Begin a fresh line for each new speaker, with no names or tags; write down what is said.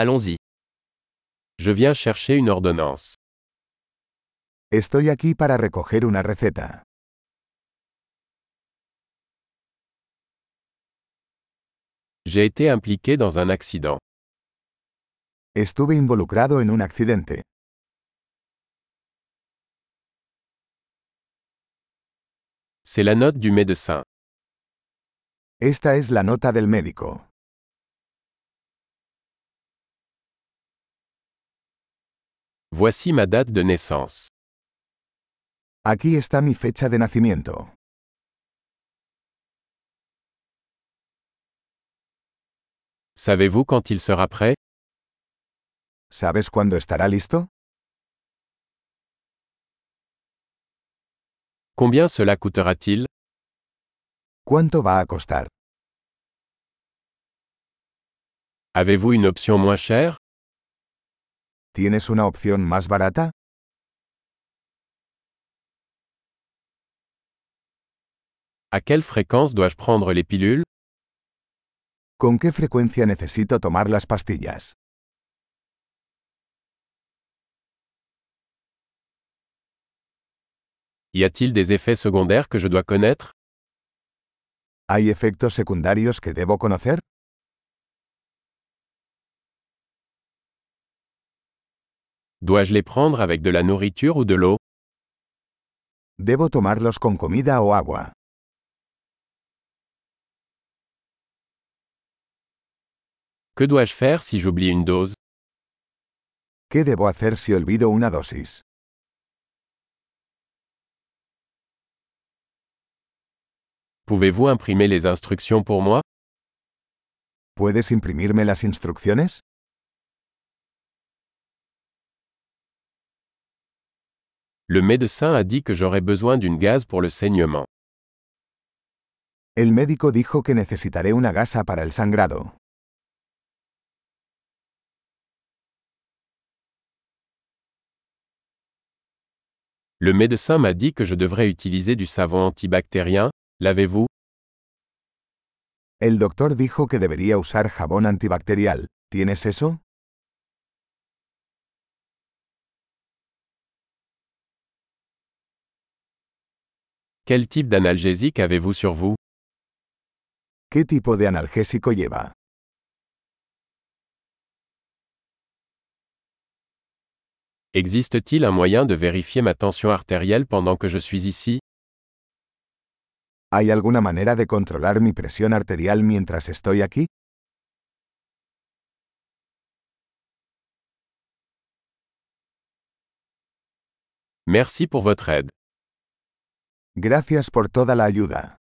Allons-y. Je viens chercher une ordonnance.
Estoy aquí para recoger una receta.
J'ai été impliqué dans un accident.
Estuve involucrado en un accidente.
C'est la note du médecin.
Esta es la nota del médico.
Voici ma date de naissance.
Aquí está mi fecha de nacimiento.
Savez-vous quand il sera prêt
¿Sabes cuándo estará listo?
Combien cela coûtera-t-il
¿Cuánto va a costar?
Avez-vous une option moins chère
¿Tienes una opción más barata?
À quelle fréquence dois-je prendre les pilules
¿Con qué frecuencia necesito tomar las pastillas?
Y a-t-il des effets secondaires que je dois connaître
¿Hay efectos secundarios que debo conocer?
Dois-je les prendre avec de la nourriture ou de l'eau
¿Debo tomarlos con comida o agua?
Que dois-je faire si j'oublie une dose
¿Qué debo hacer si olvido una dosis?
Pouvez-vous imprimer les instructions pour moi
¿Puedes imprimirme las instrucciones?
Le médecin a dit que j'aurais besoin d'une gaz pour le saignement.
El médico dijo que necesitaré una gasa para el sangrado.
Le médecin m'a dit que je devrais utiliser du savon antibactérien. L'avez-vous
El doctor dijo que debería usar jabón antibacterial. ¿Tienes eso?
Quel type d'analgésique avez-vous sur vous
¿Qué tipo de analgésico lleva?
Existe-t-il un moyen de vérifier ma tension artérielle pendant que je suis ici
¿Hay alguna manera de controlar mi presión arterial mientras estoy aquí?
Merci pour votre aide.
Gracias por toda la ayuda.